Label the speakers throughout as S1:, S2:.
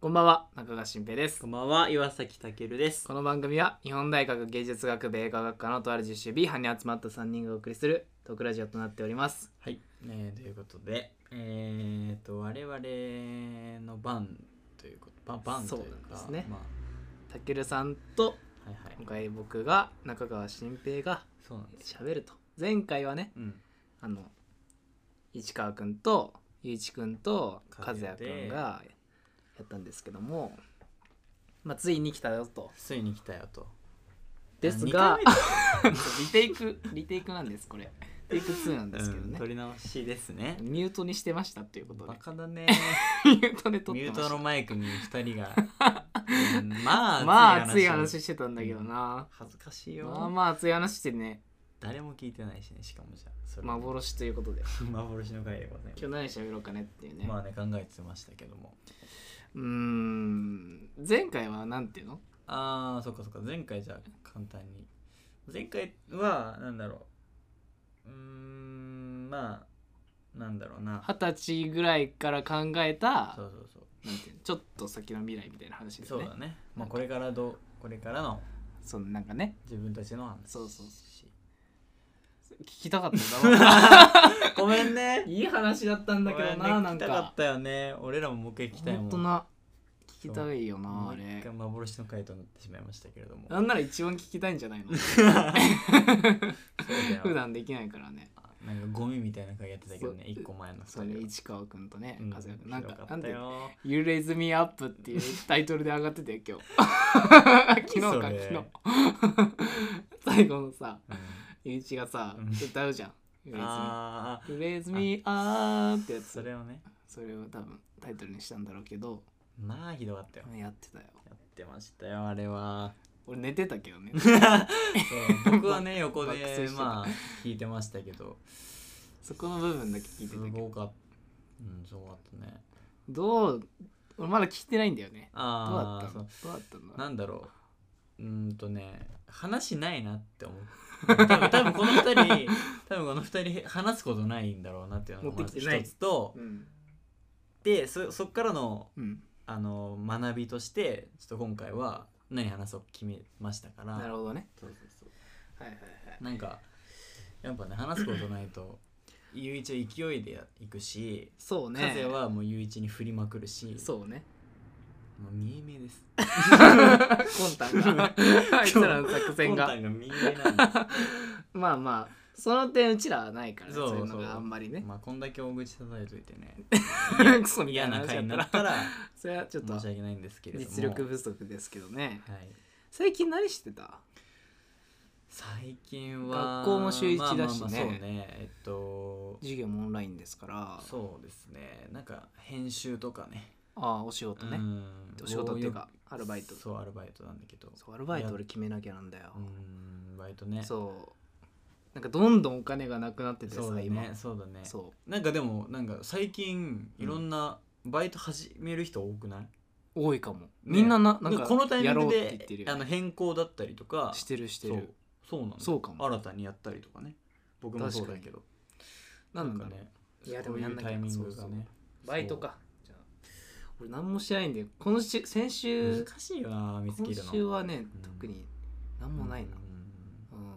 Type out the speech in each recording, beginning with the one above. S1: こんばんは中川新平です
S2: こんばんは、岩崎健です。
S1: この番組は日本大学芸術学部映画学科のとある実習 B 班に集まった3人がお送りするトークラジオとなっております
S2: はい、えー、ということで、えー、と我々の番ということ番番という
S1: そ
S2: か
S1: うなんですね
S2: ま
S1: たけるさんと
S2: あ、はいはい
S1: 今、回僕が中川新平が
S2: そうなんですよ。
S1: 喋ると前回はね
S2: うん、
S1: あの市川くんとゆういちくんと和
S2: 和
S1: 也
S2: 也
S1: く
S2: で
S1: んがやったんですけどもまあついに来たよと
S2: ついに来たよと。
S1: ですが
S2: 二回
S1: リテイクリテイクなんですこれリテイク2なん
S2: 目
S1: で
S2: です
S1: す
S2: け
S1: けど
S2: どね、うん
S1: ね、
S2: 取り直しですね。
S1: ミュートにしてましたっていうことで
S2: バカだね。
S1: ミュートで撮っ
S2: ミ
S1: て
S2: ュー
S1: まし
S2: ト
S1: た
S2: のマイクに二人 が、うんまあ
S1: まあ熱い話してたんだけどな、
S2: 恥ずかしいよ。
S1: まあまあ熱い話してね
S2: 誰も聞いてないしね、しかもじゃあそれ
S1: 幻ということで
S2: 幻の回でございます
S1: 今日。何喋ろうかねっていうね、
S2: まあね考えてましたけども。
S1: うーん前回はなんていうの
S2: ああそっかそっか前回じゃあ簡単に前回はなんだろううーんまあなんだろうな
S1: 二十歳ぐらいから考えた
S2: そうそうそう
S1: なんていうのちょっと先の未来みたいな話です
S2: そ
S1: ね
S2: うだねまあこれからどうこれからの
S1: そのなんかね
S2: 自分たちの話
S1: そうそう
S2: し
S1: 聞きたかったんだろう な
S2: ごめんね
S1: いい話だったんだけど
S2: ごめ
S1: な、
S2: んね
S1: な
S2: 聞
S1: ん
S2: きたかっ
S1: か
S2: たよね俺らももう一回聞きたいもん
S1: 本当な聞きたいよ
S2: も
S1: な
S2: う
S1: あ
S2: 一
S1: れ
S2: 回幻の回となってしまいましたけれども
S1: なんなら一番聞きたいんじゃないの
S2: そうだよ
S1: 普段できないからね
S2: なんかゴミみたいな回やってたけどね
S1: そう
S2: 一個前の二人
S1: そう
S2: は
S1: ね市川君とね
S2: うん
S1: 和也君なん
S2: 面白
S1: かな
S2: かっ
S1: ん
S2: た
S1: で
S2: よ
S1: 「You Raise Me Up」っていうタイトルで上がってたよ今 日昨日か
S2: それ
S1: 昨日 最後のさ
S2: うん
S1: ゆういちがさ
S2: うん
S1: 歌うじゃん「You
S2: あ
S1: Raise Me Up」ってや
S2: あ
S1: つ
S2: それをね
S1: それを多分タイトルにしたんだろうけど
S2: まあひどかったよ
S1: やってたよ
S2: やってましたよあれは
S1: 俺寝てたけど ね
S2: そう 僕はね横
S1: 爆睡
S2: で
S1: してた
S2: まあ聞いてましたけど
S1: そこの部分だけ聞いて
S2: す
S1: たけど
S2: ごかったうんすごかったね
S1: どう俺まだ聞いてないんだよねどうだ
S2: あ
S1: った
S2: あ
S1: のどうだったの
S2: なんだろううーんとね話ないなって思う 多分多分この2人多分この二人話すことないんだろうなっていうの
S1: 持
S2: が
S1: っ
S2: ま
S1: て
S2: ず
S1: きてない
S2: 一つと
S1: うん
S2: でそそっからの
S1: うん
S2: あの学びとしてちょっと今回は何話そうか決めましたから
S1: なるほどね
S2: そうそうそう
S1: はいはいはい
S2: なんかやっぱね話すことないとゆういちは勢いでいくし
S1: そうね
S2: 風はもうゆういちに振りまくるし
S1: そうね
S2: もう見え見えです
S1: 魂胆 があいつらの作戦
S2: 本
S1: が
S2: 体が見え見えなんです
S1: まあまあその点うちらはないからね
S2: そ
S1: そうういうの
S2: そう
S1: があんまりね
S2: まあこんだけ大口叩いといてね
S1: クソみた
S2: 嫌
S1: いな
S2: な
S1: 話や
S2: 回
S1: っ
S2: に
S1: た
S2: な
S1: ら
S2: ったら
S1: それはちょっと
S2: 申し訳ないんですけれども
S1: 実力不足ですけどね
S2: はい
S1: 最近何してた
S2: 最近は
S1: 学校も週一だしね
S2: まあまあまあそうねえっと
S1: 授業もオンラインですから
S2: そうですねなんか編集とかね
S1: ああお仕事ね
S2: うん
S1: お仕事っていうかアルバイト
S2: そうアルバイトなんだけど
S1: そうアルバイト
S2: や
S1: 俺決めなきゃなんだよ
S2: うんバイトね
S1: そうなんかどんどんお金がなくなっててさ
S2: そうだ
S1: 今
S2: ねそうだね
S1: そ
S2: なんかでもなんか最近
S1: うん
S2: いろんなバイト始める人多くない、
S1: う多いかもみんなななん
S2: で
S1: か
S2: このタイミ
S1: や
S2: ン
S1: ろうっ
S2: グ
S1: て言
S2: で
S1: ってる
S2: あ
S1: よ
S2: の
S1: ね
S2: 変更だったりとか
S1: してるしてる
S2: そうそうなんだ
S1: そうかも
S2: 新たにやったりとかね僕もそうだけど
S1: なんなんだ
S2: か
S1: ろう
S2: ね
S1: いやで
S2: そ
S1: も
S2: うい
S1: やん
S2: う
S1: なきゃ
S2: タイミング
S1: そ
S2: が
S1: うそう
S2: ね
S1: バイトかじゃあ俺何もしてないんで今週先週
S2: 難しいよな見つけ
S1: 今
S2: るの
S1: 週はね
S2: うん
S1: 特に何もないな
S2: うん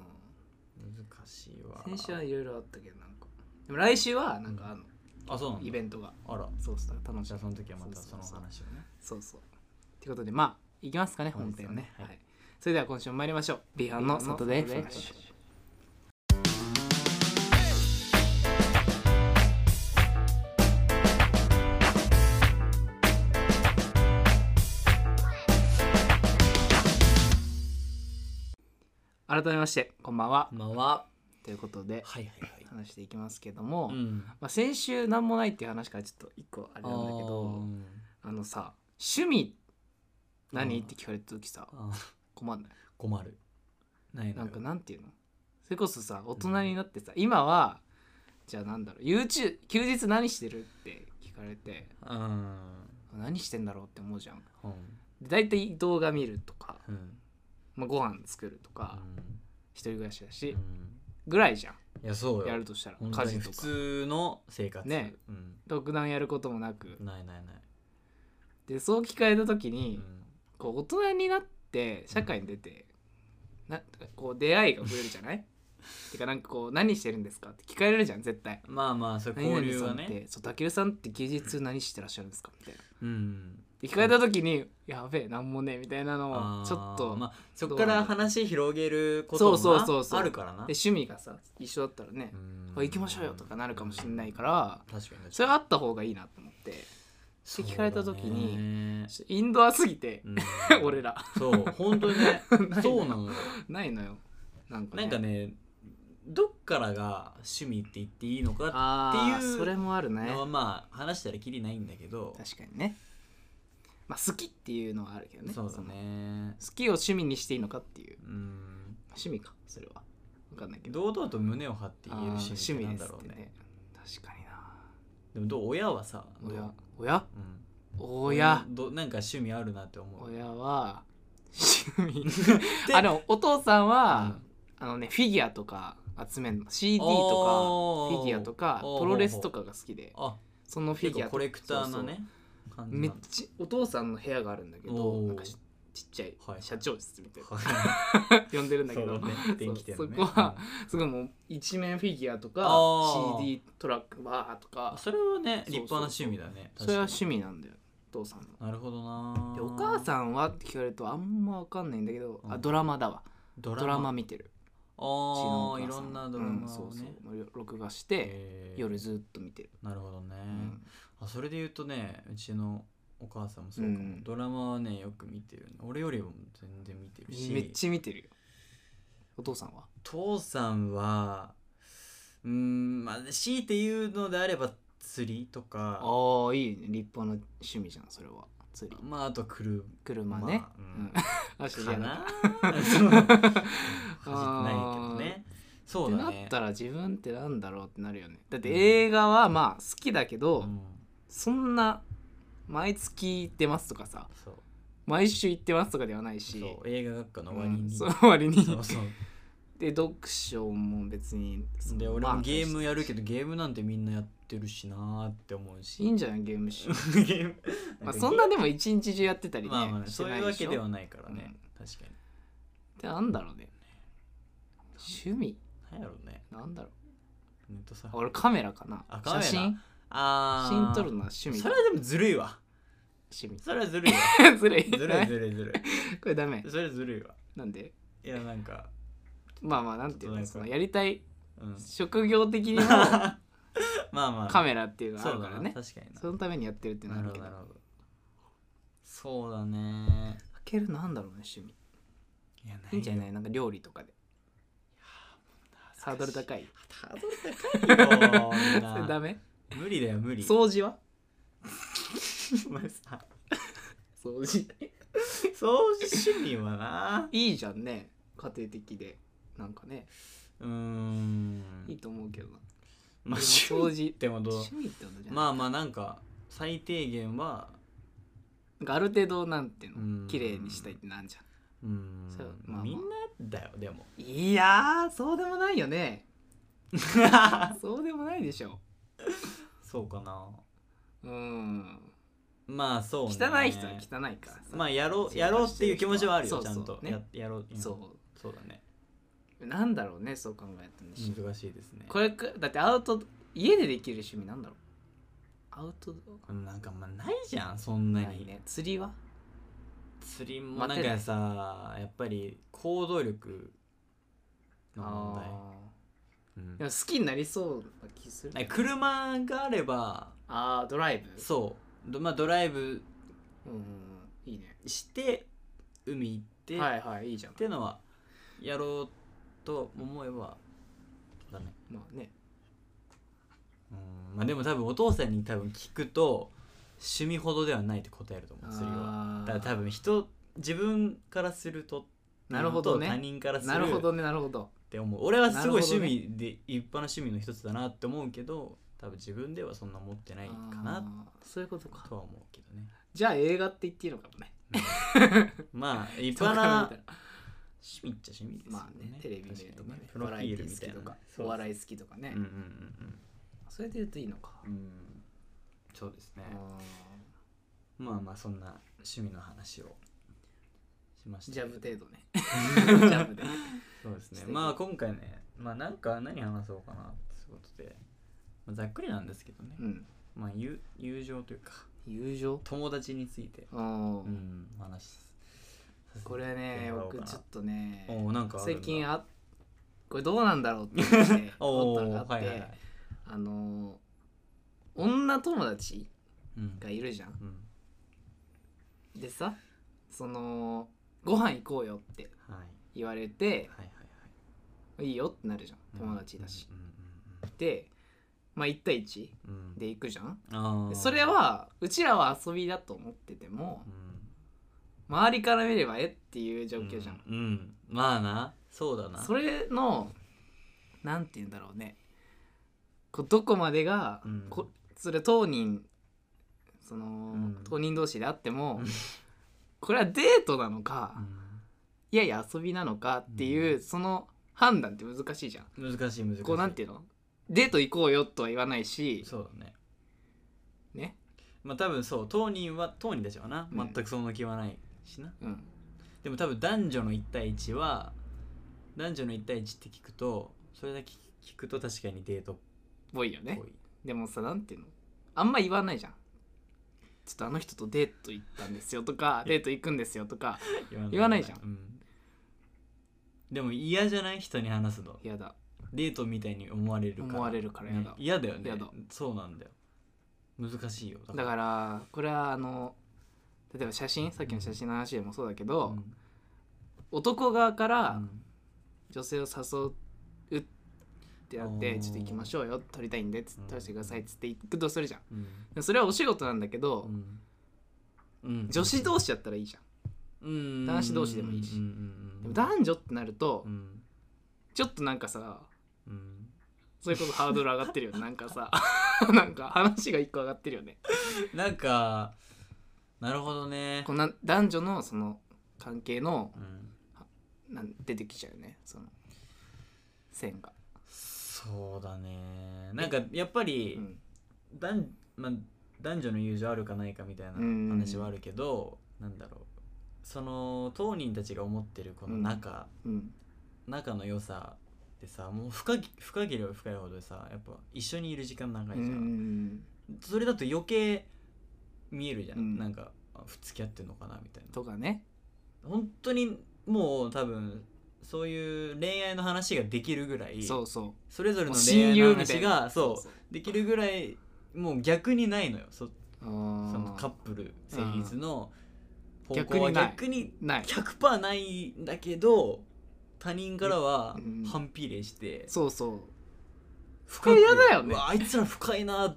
S1: う
S2: 難しいわ
S1: ん先週はいろいろあったけどなんかでも来週はなんかあの
S2: あそうなん
S1: イ
S2: だ
S1: ベントが
S2: あら
S1: そうそう楽し
S2: じゃ
S1: み
S2: あその時はまたその
S1: そうそう
S2: 話をね
S1: そうそうってことでまあいきますかね本編ね
S2: はい
S1: はいそれでは今週も参りましょう B 班の外でフラッシュ改めましてこんばんは
S2: まあは
S1: ということで
S2: はいはいはい
S1: 話していきますけども、
S2: うん
S1: まあ、先週何もないっていう話からちょっと一個あれなんだけどあのさ趣味何って聞かれた時さ
S2: あーあー
S1: 困んない
S2: 困るない
S1: な
S2: の
S1: ん
S2: よ
S1: かなんていうのそれこそさ大人になってさ、今はじゃあなんだろう YouTube 休日何してるって聞かれて
S2: うん
S1: 何してんだろうって思うじゃん
S2: うん
S1: で大体動画見るとか、
S2: うん
S1: まあ、ご飯作るとか、
S2: うん
S1: 一人暮らしだし、
S2: うん
S1: ぐらいじゃん
S2: いやそうよ
S1: やるとしたら
S2: 本当
S1: 家
S2: に
S1: 事と
S2: 普
S1: か
S2: 通の生活
S1: ね
S2: うん
S1: 特段やることもなく
S2: ないないない
S1: でそう聞かれた時
S2: う
S1: に、
S2: ん
S1: こう大人になって社会に出て、なこう出会いが増えるじゃ ないてかなんかこう何してるんですかって聞かれるじゃん絶対。
S2: まあまあそう
S1: 何
S2: 交
S1: 々
S2: 流
S1: さ
S2: は
S1: んっ
S2: ね
S1: てそうたけるさんって芸術何してらっしゃるんですかみたいな。
S2: うん
S1: で聞かれた時に「やべえなんもねえ」みたいなの
S2: あ
S1: を
S2: ー
S1: ちょっと、
S2: まあそこから話広げること
S1: そうそうそ
S2: も
S1: うそ
S2: な
S1: う
S2: あるからな
S1: で趣味がさ一緒だったらね
S2: うん
S1: これ行きましょうよとかなるかもしれないから
S2: 確かに
S1: それあった方がいいなと思って
S2: そ
S1: 聞かれた時に
S2: に
S1: ちょインドアすぎて 俺ら
S2: そう本当にね
S1: ない
S2: そうなのよ
S1: ないのよなんかね
S2: なんかねどっからが趣味って言っていいのか
S1: ああ
S2: っていう
S1: それもあるね
S2: のはまあ話したらきりないんだけど
S1: 確かにねまあ好きっていうのはあるけどね
S2: そうだね
S1: その好きを趣味にしていいのかっていう
S2: うん
S1: 趣味かそれは分かんないけど
S2: 堂々と胸を張って言える
S1: あー
S2: 趣味ってな
S1: で
S2: んだ
S1: すっ
S2: ろう
S1: て
S2: ね
S1: ね確かにな
S2: でもどう親はさどう
S1: 親親
S2: うん
S1: 親
S2: どなんか趣味あるなって思う
S1: 親は趣味
S2: で
S1: あでもお父さん
S2: う
S1: は
S2: ん、
S1: あのねフィギュアとか集めるの CD とかフィギュアとかプロレスと
S2: か
S1: かが好きで
S2: あ
S1: そのフィ
S2: 結
S1: ギュア
S2: 構
S1: と
S2: コレクターのね感じ
S1: めっ
S2: なんだ
S1: ちゃお父さんの部屋があるんだけど
S2: おー
S1: なんかしちっちゃい
S2: はい
S1: 社長室みたい
S2: は
S1: な呼んでるんだ
S2: いそ
S1: け
S2: う
S1: ど
S2: ね電気店のね
S1: そうそこはすごいもう一面フィギュアとか
S2: あー
S1: CD トラックバーと
S2: うん
S1: か
S2: それはね
S1: そう
S2: 立派な趣味だね
S1: それは
S2: 確
S1: 趣味なんだよお父さんの。
S2: かになるほどな
S1: でお母さんはって聞かれるとあんま分かんないんだけどあドラマだわ
S2: ド
S1: ドラマ見てるうちの
S2: あ
S1: お
S2: あい
S1: 母
S2: ろ
S1: さ
S2: ん
S1: ん
S2: なドラマを
S1: うん
S2: ね
S1: そうそう録画して
S2: へー
S1: 夜ずっと見てる、
S2: なるほどね
S1: うん
S2: あそれで言うとねうちのお母さんもそうか
S1: う
S2: も
S1: ん
S2: ドラマはねよく見てるね俺よりも全然見てるし
S1: めっちゃ見てるよお父さんは
S2: 父さんはうーんまあ強いて言うのであれば釣りとか
S1: ああいいね立派な趣味じゃんそれは釣り
S2: まああと車
S1: 車ね、
S2: うん
S1: うん、足じ
S2: か
S1: ゃな
S2: なそう走ってないけどねそ
S1: っ
S2: う
S1: て
S2: だ
S1: な
S2: ね
S1: ったら自分ってなんだろうってなるよねだって映画はまあ好きだけど、
S2: うん
S1: そんな毎月行ってますとかさ
S2: そう
S1: 毎週行ってますとかではないし
S2: そう映画学科の
S1: う
S2: 終わりに、
S1: んそ
S2: そ
S1: の
S2: う
S1: 割に
S2: そう
S1: で読書も別にその
S2: で俺
S1: ま
S2: も
S1: あ
S2: ゲームやるけどゲームなんてみんなやってるしなーって思うし
S1: いいんじゃないゲーム し
S2: ゲーム
S1: まあそんなでも一日中やってたりね、
S2: まあまあね
S1: し
S2: そ
S1: て
S2: う
S1: ないいう
S2: わ
S1: でし
S2: け
S1: ょ
S2: ではないからね、確かに
S1: でなんだろうね趣味
S2: 何やろうね
S1: なんだろう
S2: ネットサーフィン
S1: 俺カメラかな
S2: あカメラ
S1: 写真写
S2: あー
S1: 真撮るのは趣味
S2: それはでもずるいわ
S1: 趣味
S2: それはず るいわ
S1: ずるい
S2: ずるいずるいずる
S1: これダメ
S2: いそれはずるいわ
S1: なんで
S2: いやなんか
S1: まあまあなんていうの
S2: ちょ
S1: そ
S2: っとなんか
S1: のやりたい
S2: うん
S1: 職業的にも
S2: まあまあ
S1: カ
S2: メ
S1: メラっていうのがあるからね
S2: 確かに
S1: そのためにやってるっていう
S2: な
S1: の
S2: な
S1: はあ
S2: る
S1: る
S2: ほ
S1: け
S2: ど
S1: どか
S2: なるほどそうだね
S1: けるなんだろうね趣味
S2: いやない
S1: いんじゃないいなんか料理とかでハードル高い
S2: ハードル高いよみん
S1: それダ
S2: な
S1: メ
S2: 無理だよ無理
S1: 掃除は
S2: お前さ
S1: 掃除
S2: 掃除趣味はない
S1: いじゃんね家庭的でなんかね
S2: うーん
S1: いいと思うけどな
S2: まあ
S1: で
S2: 趣
S1: も
S2: 味
S1: 掃除
S2: でもどう
S1: 趣味ってことじゃん、
S2: まあまあなんか最低限は
S1: なんかある程度なんていう
S2: うん
S1: の綺麗にしたいってなんじゃ
S2: うーん
S1: そうまあまあ
S2: みんなだよでも
S1: んいやーそうでもないよ ねそうでもないでしょ
S2: そうかな
S1: うん
S2: まあそう
S1: 汚
S2: ね
S1: い人は汚いからさ
S2: まあやろ
S1: そう
S2: うやろうっていう気持ちはあるよ
S1: そう
S2: ち
S1: そ
S2: ゃ
S1: うん
S2: と
S1: ね
S2: ややろううん
S1: そ
S2: そうだね
S1: うなんだろうねそう考えたんでしょ
S2: 難しいですね
S1: これくだってアウト家でできる趣味なんだろうアウトド
S2: なんかまあないじゃんそん
S1: ア
S2: な
S1: な
S2: に
S1: いね釣りは
S2: 釣りも
S1: 待
S2: な
S1: て
S2: ん
S1: ない
S2: かさやっぱり行動力の問題うん
S1: ーでも好きになりそうな気する
S2: なんか車があれば
S1: ああドライブ
S2: そうどまあドライブ
S1: うんうんうんいいね
S2: して海行って、
S1: は
S2: っ
S1: いはいいいじゃん
S2: てのはやろうと思えばだね
S1: まあね
S2: うんまあでも多分お父さんに多分聞くと趣味ほどではないって答えると思う釣りは
S1: あー
S2: だから多分人自分からすると
S1: なるほどね
S2: 他人からする
S1: なるほどねなるほど
S2: って思う俺はすご
S1: なる
S2: い
S1: ほ
S2: 趣
S1: どね
S2: 味で、一般の趣味の一つだなって思うけど多分自分ではそんな持ってないかな
S1: あーそういうことか
S2: とは思うけどね
S1: じゃあ映画って言っていいのかもね
S2: まあ一
S1: そう
S2: 般
S1: 考え
S2: な
S1: たら
S2: 趣味っちゃ趣味ですよね
S1: まあねテレビ見るとかね
S2: プロフィールみたい
S1: バラエティ好きと
S2: な
S1: かお笑い好きとか
S2: い
S1: ね
S2: うんうん
S1: それで言うといいのか
S2: うんうんうんそうですね
S1: あー
S2: まあまあそんな趣味の話をしました
S1: ジ
S2: け
S1: ャ
S2: ど
S1: ブ程度 ねジャブで
S2: そうですね
S1: 素敵
S2: まあ今回ねまあなんか何話そうかなってことで、まあ、ざっくりなんですけどね、
S1: うん
S2: まあ友友情というか
S1: 友情
S2: 友達について
S1: あー
S2: うんお話しさせて
S1: これね
S2: もらおうか
S1: 僕
S2: な
S1: ちょっとね
S2: おーなんかあるん
S1: 最
S2: だ
S1: 近あこれどうなんだろうって思って
S2: お
S1: 思
S2: お
S1: ったの
S2: ー
S1: があって、
S2: はいはいはい
S1: あのー女友達
S2: うん
S1: がいるじゃん
S2: うん
S1: でさそのご飯行こうよって
S2: はいはい
S1: 言われて
S2: はいはい
S1: いいよってなるじゃん
S2: うん
S1: 友達だし、
S2: うん
S1: でまあ1対1
S2: うんうんうん
S1: で行くじゃん
S2: あー
S1: でそれはうちらは遊びだと思ってても
S2: うん
S1: 周りから見ればえっていう状況じゃん、
S2: うん、うんまあなそうだな
S1: それのなんて言うんだろうねこうどこまでが、
S2: うん
S1: こそれ当人その、
S2: ん
S1: 当人同士であっても、
S2: うん
S1: これはデートなのか、いやいや遊びなのかっていう、
S2: う
S1: その判断って難しいじゃん。
S2: うん難しい難しい
S1: こうなんていうのデート行こうよとは言わないし
S2: そうだね
S1: ね、
S2: まあ多分そう当人は当人たちはな、
S1: うん
S2: 全くその気はないしな
S1: うん、
S2: でも多分男女の1対1は男女の1対1って聞くとそれだけ聞くと確かにデートっ
S1: ぽいよね
S2: ぽい
S1: でもさなんていうのあんま言わないじゃんちょっとあの人とデート行ったんですよとかデート行くんですよとか
S2: 言わ
S1: 言わないじゃん
S2: うんでも嫌じゃない人に話すの
S1: やだ
S2: デートみたいに思われるから
S1: 思われるからやだ
S2: ね嫌だよね
S1: やだ
S2: そうなんだよ難しいよ
S1: だからこれはあの例えば写真さっきの写真の話でもそうだけど、
S2: うん
S1: 男側か
S2: う
S1: ら
S2: ん
S1: 女性を誘うってなって、
S2: うん
S1: ちょっと行きましょうよ撮りたいんでっつって
S2: うん
S1: 撮らせてくださいっつって行くとするじゃん
S2: うん
S1: でそれはお仕事なんだけど、
S2: うんうん
S1: 女子同士だったらいいじゃん、
S2: うん
S1: 男子同士でもいいし
S2: うんうん
S1: で
S2: う
S1: も
S2: ん
S1: 男女ってなると、
S2: うん
S1: ちょっとなんかさ
S2: うん
S1: それこそハードル上がってるよ ねなんかさ なんか話が一個上がってるよね
S2: なんかなるほどね
S1: こんな男女のその関係の
S2: うん
S1: なん出てきちゃうよねその線が、
S2: そうだねなんかやっぱり
S1: うん
S2: 男,、まあ、男女の友情あるかないかみたいな
S1: うん
S2: 話はあるけど、なんだろうその当人たちが思ってるこの仲、
S1: うん
S2: 仲の良さでさもう深き深ければ深いほどさやっぱ一緒にいる時間長
S1: う
S2: いじゃん、
S1: ん
S2: それだと余計見えるじゃん、
S1: うん
S2: なんかあ付き合ってんのかなみたいな
S1: とかね
S2: 本当にもう多分そういう恋愛の話ができるぐらい
S1: そうそ
S2: それぞれ
S1: う
S2: の
S1: もう
S2: 恋愛の話がそう
S1: う
S2: できるぐらいもう逆にないのよそ
S1: あー
S2: そのカップル成立の方
S1: 逆
S2: 向
S1: に
S2: は
S1: ない
S2: 逆に
S1: ない
S2: 100%ないんだけど他人からは
S1: うん
S2: 反比例して
S1: そうそう
S2: 深
S1: これ嫌だよね
S2: うわあいつら深いな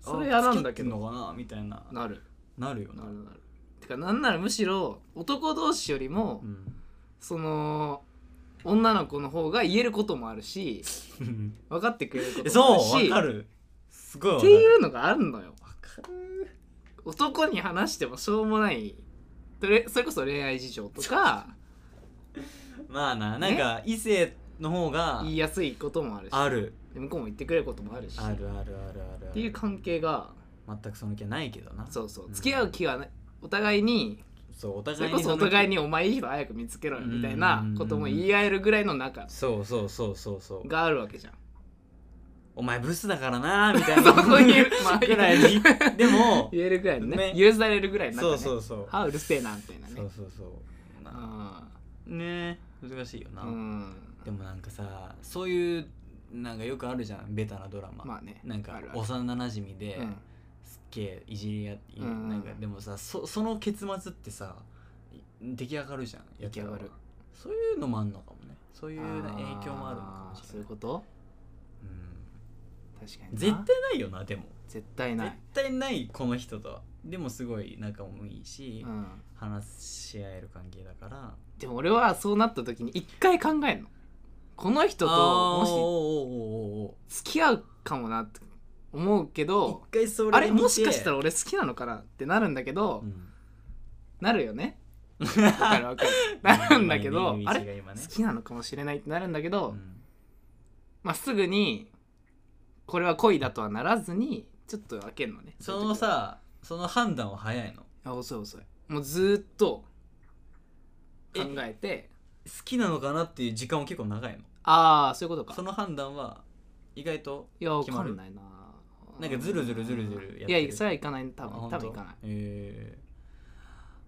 S1: それ嫌なんだけど
S2: あ付き合ってんのかなみたいな
S1: なる
S2: なるよな
S1: なるなるてかなんならむしろ男同士よりも、その女の子の方が言えることもあるし
S2: うん
S1: 分かってくれることもある
S2: そうわ
S1: し
S2: かるすごいわ
S1: っ
S2: か
S1: て
S2: る
S1: いうのがあるのよ
S2: わかる
S1: 男に話してもしょうもないそれそれこそ恋愛事情とか
S2: まあななんか異性の方が
S1: 言いやすいこともあるし
S2: ある
S1: で向こうも言ってくれることもあるし
S2: あ
S1: っ
S2: るあるあるある
S1: ていう関係が
S2: 全くその気はないけどな
S1: そうそう
S2: うん
S1: 付き合う気はないお互いに
S2: そうお
S1: それ
S2: 互い
S1: こ
S2: に
S1: そお
S2: の
S1: 互いにお前いい人早く見つけろよみたいなことも言い合えるぐらいの仲
S2: そうそうそうそうそう
S1: があるわけじゃん。
S2: お前ブスだからなみたいな
S1: そういう、 まあ、
S2: ぐらいにでも
S1: 言えるぐらいのね
S2: ね
S1: 許されるぐらいの仲、
S2: そ
S1: ね、
S2: うそうそう
S1: あうるせえなみたいなね
S2: そうそうそうな
S1: あ
S2: ねえ難しいよ
S1: あう
S2: な、
S1: ん
S2: でもなんかさそういうなんかよくあるじゃんベタなドラマ、
S1: まあね
S2: なんか
S1: あるある
S2: 幼なじみで、
S1: うん
S2: すっげえいじり合って、
S1: うん
S2: なんかでもさそその結末ってさい出来上がるじゃんやつらは
S1: 出来上がる
S2: そういうのもあんのかもねそういう
S1: あ
S2: 影
S1: ー
S2: 響もあるのかもし
S1: そうい
S2: れ
S1: う
S2: ない
S1: こと
S2: うん
S1: 確かにな
S2: 絶対ないよなでも
S1: 絶対な
S2: 絶
S1: い
S2: 対ないこの人とはでもすごい仲もいいし、
S1: うん、
S2: 話し合える関係だから
S1: でも俺はそうなった時に一回考えるのこの人
S2: あー
S1: とも
S2: おうおうおうおうおう
S1: し付き合うかもなって思うけど
S2: 一回それ
S1: あれもしかした
S2: ら、
S1: ら俺好きなのかなってなるんだけど、
S2: うん、
S1: なるよねわかるわかるなるんだけど、
S2: ま
S1: あ
S2: あ
S1: れ
S2: ね今
S1: 好
S2: ね
S1: きなのかもしれないってなるんだけど、
S2: うん
S1: まあ、すぐにこれは恋だとはならずにちょっと分けるのね
S2: そのさその判断は早いの
S1: あ遅い遅いもうずーっと考えて
S2: 好きなのかなっていう時間は結構長いの
S1: ああそういうことか
S2: その判断は意外と
S1: いやわ
S2: 決ま
S1: か
S2: る
S1: んないな
S2: なんかズルズルズルズルやってる
S1: いやそれはいかない多
S2: あ
S1: 分
S2: 本
S1: 多
S2: 当
S1: 分いかない
S2: え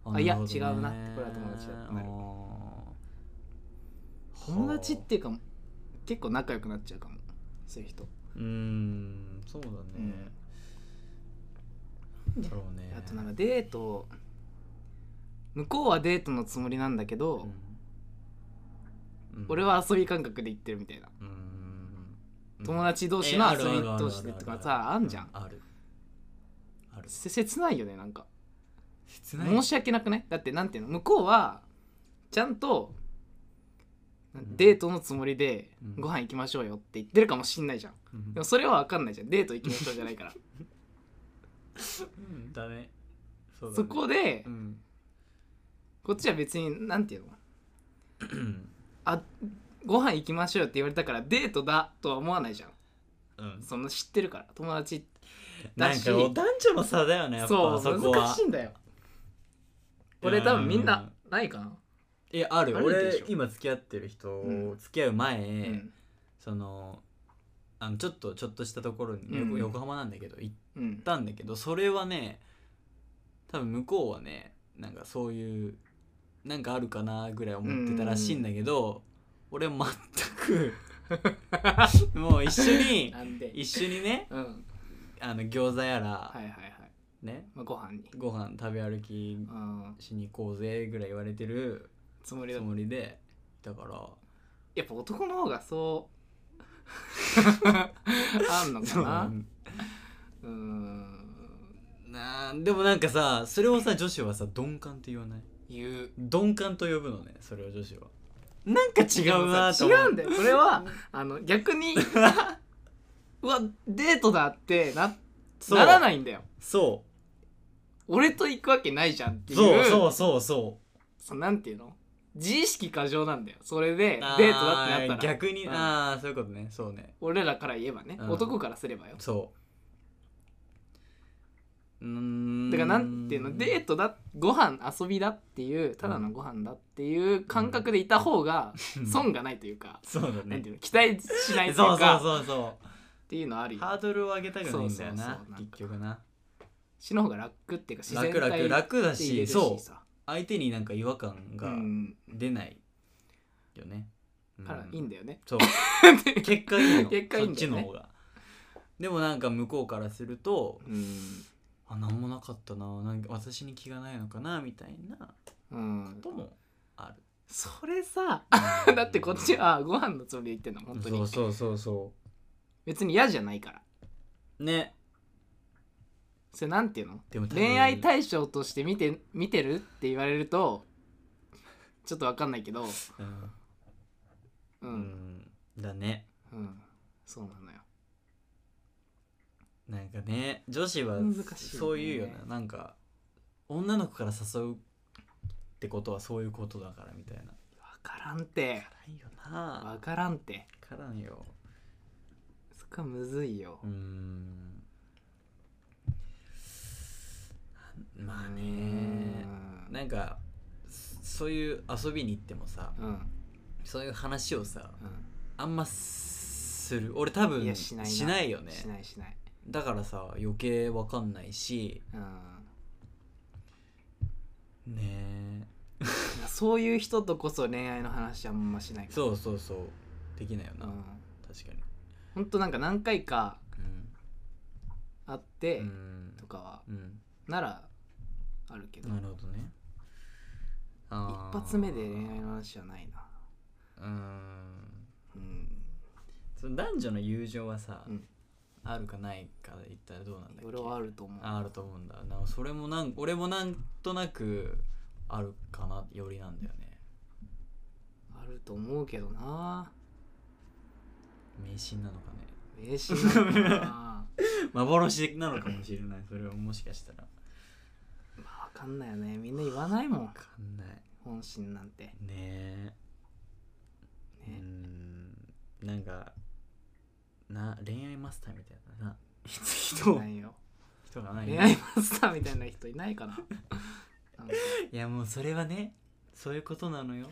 S2: ー
S1: あいや
S2: るほどね
S1: 違うなってこれは友達だってなる
S2: あー
S1: 友達っていうか結構仲良くなっちゃうかもそういう人
S2: うーんそうだね、なんだろうね
S1: あとなんかデート向こうはデートのつもりなんだけど、
S2: うんうん
S1: 俺は遊び感覚で行ってるみたいな、
S2: うーん
S1: 友達同士の遊び同士でとかさあんじゃん
S2: あるある
S1: せ切ないよねなんか
S2: 切ない
S1: 申し訳なくねだってなんていうの向こうはちゃんと
S2: ん
S1: デートのつもりで
S2: うん
S1: ご飯行きましょうよって言ってるかもしんないじゃん
S2: うん
S1: でもそれは分かんないじゃんデート行きましょうじゃない から
S2: うんだねそうだね
S1: そこで
S2: うん
S1: こっちは別になんていうの
S2: うん
S1: あご飯行きましょうよって言われたからデートだとは思わないじゃん
S2: うん
S1: その知ってるから友達だ
S2: なん
S1: し
S2: かもう男女の差だよねやっぱ
S1: そう
S2: そこは
S1: 難しいんだよこれ多分みんなないかな、
S2: いやある
S1: あるでし
S2: 俺
S1: ょ
S2: 今付き合ってる人、
S1: うん
S2: 付き合う前、
S1: うん
S2: そのあのちょっとちょっとしたところに、
S1: うん
S2: 横横浜なんだけど行っ
S1: うん、
S2: たんだけどそれはね多分向こうはねなんかそういうなんかあるかなぐらい思ってたらしいんだけど、俺全くもう一緒に
S1: なんで
S2: 一緒にね
S1: うん
S2: あの餃子やら、
S1: はいはいはい、
S2: ね
S1: まあ、ご飯に
S2: ご飯食べ歩き
S1: うん
S2: しに行こうぜぐらい言われてる
S1: つもりだ
S2: つもりでだから
S1: やっぱ男の方がそう あんのかなうーん
S2: なあでもなんかさそれをさ女子はさ鈍感って言わない
S1: 言う
S2: 鈍感と呼ぶのねそれを女子はなんか違うな
S1: で
S2: と
S1: も
S2: 思
S1: さ違うん
S2: だ
S1: だよこれはあの逆に うわデートだってな
S2: そう
S1: ならないんだよ
S2: そ
S1: 俺と行くわけないじゃんって
S2: う
S1: いう
S2: そうそうそうそ
S1: そのなんていうの自意識過剰なんだよそれでデ
S2: う
S1: ートだってな
S2: あ
S1: っ
S2: ー
S1: たら
S2: 逆に、
S1: うん
S2: ああそういうことねそうね
S1: 俺らから言えばね、
S2: うん
S1: 男からすればよ
S2: そううーん
S1: だからなんていうのデートだご飯遊びだっていうただのご飯だっていう感覚でいた方が
S2: うん
S1: 損がないというか、
S2: そうだ
S1: なん
S2: ね
S1: ていうの期待しないとい
S2: そ
S1: うう
S2: そう
S1: か
S2: そうそ
S1: っていうのある
S2: う
S1: よ
S2: ハードルを上げたくないんだよ
S1: そうそう
S2: な
S1: そうなんか
S2: 結局な
S1: 死の方が楽っていうか自然
S2: 楽
S1: 体
S2: 楽楽だ
S1: で入れ
S2: し
S1: るし
S2: そう
S1: さ
S2: 相手になんか違和感
S1: う
S2: が
S1: ん
S2: 出ないよね、うん
S1: からいいんだよね、
S2: そう 結果いいの
S1: 結果いいんだよね
S2: そっちの方がでもなんか向こうからすると
S1: うん
S2: あ何もなかったななんか私に気がないのかなみたいな
S1: うん
S2: こともある、
S1: それさ だってこっちはご飯のつもりで言ってんの本当に
S2: そうそうそうそ
S1: 別に嫌じゃないから
S2: うね
S1: それなんていうの
S2: でも多分
S1: 恋愛対象として見て見てるって言われるとちょっとわかんないけど
S2: うん、
S1: う
S2: うんんだね
S1: うんそうなのよ
S2: なんかね女子は
S1: 難しいね
S2: そういうよねなんか女の子から誘うってことはそういうことだからみたいな
S1: わからんて
S2: ないよな
S1: わからんて
S2: 分からんよ
S1: そこはむずいよ
S2: うーんまあ
S1: う
S2: ね
S1: ん
S2: なんかそそういう遊びに行ってもさ
S1: うん
S2: そういう話をさ
S1: う
S2: あんまする俺多
S1: んい
S2: 分
S1: やし
S2: し
S1: ない
S2: ないよね
S1: しないしない
S2: だからさ余計わかんないし
S1: うん
S2: ね
S1: いやそういう人とこそ恋愛の話はあんましない
S2: え
S1: から
S2: そうそうそうできないよな、
S1: うん
S2: 確かに
S1: ほんとなんか何回か
S2: うん
S1: 会って
S2: うん
S1: とかは
S2: うん
S1: ならあるけど
S2: なるほどねあ
S1: 一
S2: ー
S1: 発目で恋愛の話はないな
S2: うーん
S1: うん
S2: その男女の友情はさ、
S1: うん
S2: あるかないかで言ったらどうなんだっ
S1: 俺
S2: け
S1: はあると思う
S2: ああると思うんだなそれもなん俺もなんとなくあるかなよりなんだよね
S1: あると思うけどな
S2: 迷信なのかね
S1: 迷信なのかな
S2: 幻なのかもしれないそれはもしかしたら
S1: まあ分かんないよねみんな言わないも
S2: わ
S1: ん
S2: かんない
S1: 本心なんてね
S2: ねえうーんなんかな恋愛マスターみたいなな人
S1: 言わ
S2: を
S1: ないよ
S2: 人がない
S1: 恋愛マスターみたいな人いないかななんか
S2: いやもうそれはねそういうことなのよ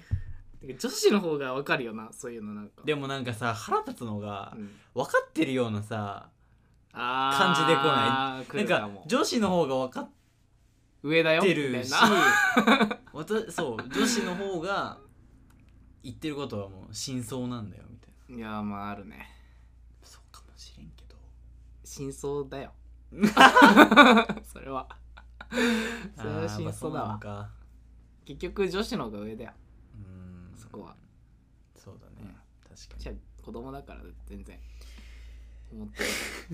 S1: てか女子の方がわかるよなそういうのなんか
S2: でもなんかさ腹立つのが
S1: うん
S2: 分かってるようなさ
S1: あー
S2: 感じで来な
S1: 来
S2: なん
S1: るか
S2: か
S1: も
S2: 女子の方が分かっ
S1: 上だよ
S2: てる
S1: み
S2: した
S1: いな
S2: わたそう女子の方が言ってることはもう真相なんだよみたいない
S1: やまああるね
S2: そうかもしれんけど
S1: 真相だ よそれはそれ
S2: あ
S1: は
S2: ーま
S1: 真
S2: あそ
S1: 相
S2: う
S1: だ
S2: な
S1: わ
S2: のか
S1: 結局女子の方が上だよ
S2: うーん
S1: そこは
S2: そうだね、
S1: うん
S2: 確かに
S1: じゃあ子供だから全然思って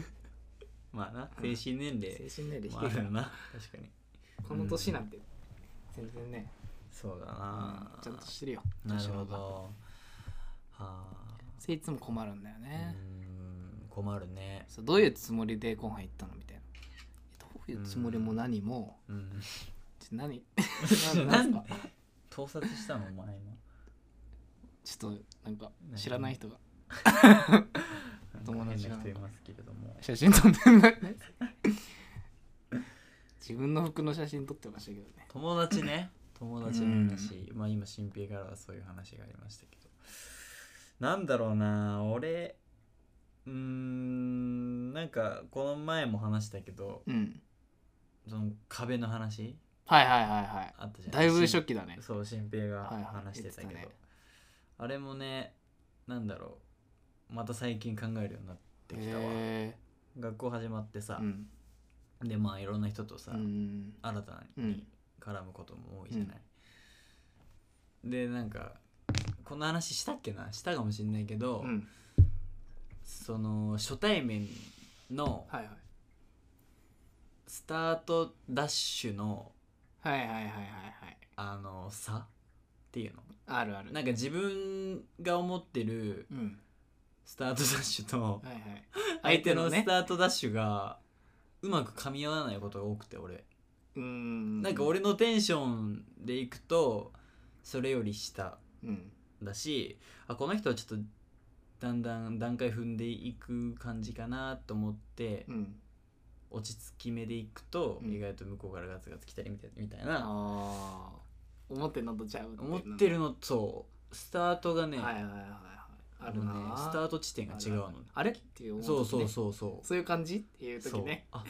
S1: る
S2: まあな
S1: うん
S2: 精神年齢
S1: 精神年齢
S2: もあ
S1: 低い
S2: る
S1: か
S2: よ
S1: ら
S2: な確かに
S1: この年なんて全然ね、
S2: そうだ
S1: うん
S2: な
S1: ちゃんとしてるよ
S2: なる
S1: 女
S2: ほ
S1: 子の方が
S2: どはあ
S1: それいつも困るんだよ
S2: うー
S1: ね、
S2: ん困るね
S1: そうどういうつもりでご飯行ったのみたいなどういうつもりも何も、
S2: うん
S1: ちょ 何
S2: な
S1: 何
S2: ん
S1: か
S2: 盗撮したのお前今
S1: ちょっとなんか知らない人が友達
S2: 変
S1: が
S2: な人いますけれども
S1: 写真撮ってんだ 自分の服の写真撮ってましたけどね
S2: 友達ね友達の話、まあ今新平からはそういう話がありましたけどなんだろうな俺うーんなんかこの前も話したけど
S1: うん
S2: その壁の話
S1: はいはいはいは
S2: あったじ
S1: い
S2: ゃん
S1: だいぶ
S2: しん
S1: 初期だね
S2: そう新平が
S1: はいはい
S2: 話してたけど、
S1: 言ってたね
S2: あれもねなんだろうまた最近考えるようになってきたわ、
S1: へ
S2: 学校始まってさ
S1: ー、うん
S2: でまあいろんな人とさ、
S1: うん
S2: 新たに絡むことも多いじゃない、でなんかこの話したっけなしたかもしれないけど、
S1: うん
S2: その初対面の
S1: はいはい
S2: スタートダッシュの
S1: はいはいはいはいはい
S2: あの差っていうの
S1: あるある
S2: なんか自分が思ってる
S1: うん
S2: スタートダッシュと
S1: はいはい
S2: 相手の
S1: ね
S2: スタートダッシュがうまく噛み合わないことが多くて俺
S1: うん
S2: なんか俺のテンションでいくとそれより下
S1: うん
S2: だしあこの人はちょっとだんだん段階踏んでいく感じかなと思って、
S1: うん
S2: 落ち着き目でいくと、
S1: うん
S2: 意外と向こうからガツガツ来たりみたいみたいな
S1: ああ思ってんのとちゃう
S2: 思って
S1: る
S2: るのとスタートがね,、
S1: はいはいはいはいあるな
S2: ねスタート地点が違うの、
S1: あれっていう思
S2: そうそう
S1: う
S2: そうそう
S1: そういう感じっていう
S2: そ
S1: 時
S2: う
S1: ね
S2: あ